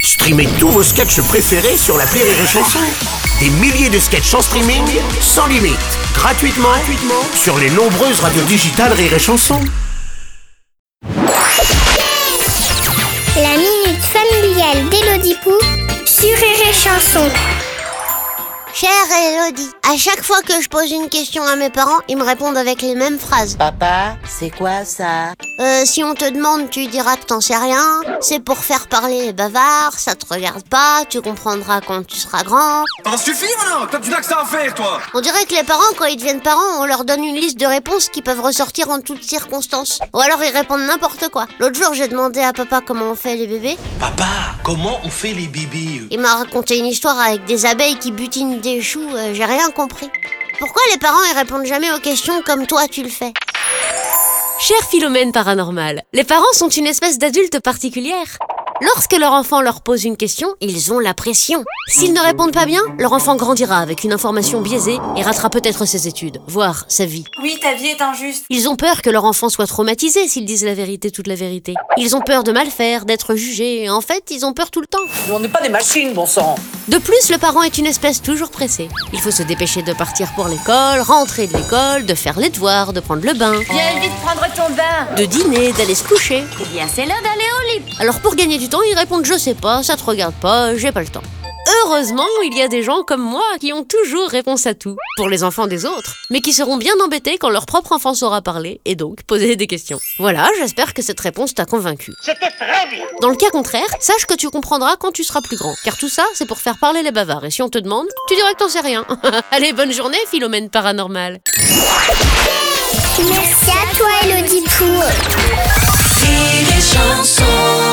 Streamez tous vos sketchs préférés sur la Rire et Chanson. Des milliers de sketchs en streaming, sans limite, gratuitement, gratuitement sur les nombreuses radios digitales Rire et Chanson. La minute familiale d'Élodie Pou sur Rire et Chanson. Chère Elodie, à chaque fois que je pose une question à mes parents, ils me répondent avec les mêmes phrases. Papa, c'est quoi ça Euh, si on te demande, tu diras que t'en sais rien. C'est pour faire parler les bavards, ça te regarde pas, tu comprendras quand tu seras grand. T'en suffit maintenant T'as du lac ça à faire, toi On dirait que les parents, quand ils deviennent parents, on leur donne une liste de réponses qui peuvent ressortir en toutes circonstances. Ou alors ils répondent n'importe quoi. L'autre jour, j'ai demandé à papa comment on fait les bébés. Papa, comment on fait les bébés Il m'a raconté une histoire avec des abeilles qui butinent des choux, euh, j'ai rien compris. Pourquoi les parents ils répondent jamais aux questions comme toi tu le fais Chère Philomène paranormale, les parents sont une espèce d'adulte particulière. Lorsque leur enfant leur pose une question, ils ont la pression. S'ils ne répondent pas bien, leur enfant grandira avec une information biaisée et ratera peut-être ses études, voire sa vie. Oui, ta vie est injuste. Ils ont peur que leur enfant soit traumatisé s'ils disent la vérité, toute la vérité. Ils ont peur de mal faire, d'être jugés. En fait, ils ont peur tout le temps. On n'est pas des machines, bon sang De plus, le parent est une espèce toujours pressée. Il faut se dépêcher de partir pour l'école, rentrer de l'école, de faire les devoirs, de prendre le bain. Viens vite prendre ton bain. de dîner, d'aller se coucher. Eh bien, c'est l'heure d'aller au lit. Alors pour gagner du temps, ils répondent je sais pas, ça te regarde pas, j'ai pas le temps. Heureusement, il y a des gens comme moi qui ont toujours réponse à tout, pour les enfants des autres, mais qui seront bien embêtés quand leur propre enfant saura parler et donc poser des questions. Voilà, j'espère que cette réponse t'a convaincu. C'était très bien Dans le cas contraire, sache que tu comprendras quand tu seras plus grand, car tout ça, c'est pour faire parler les bavards, et si on te demande, tu diras que t'en sais rien. Allez, bonne journée, Philomène paranormale Merci à toi, Elodie Pou. et les chansons.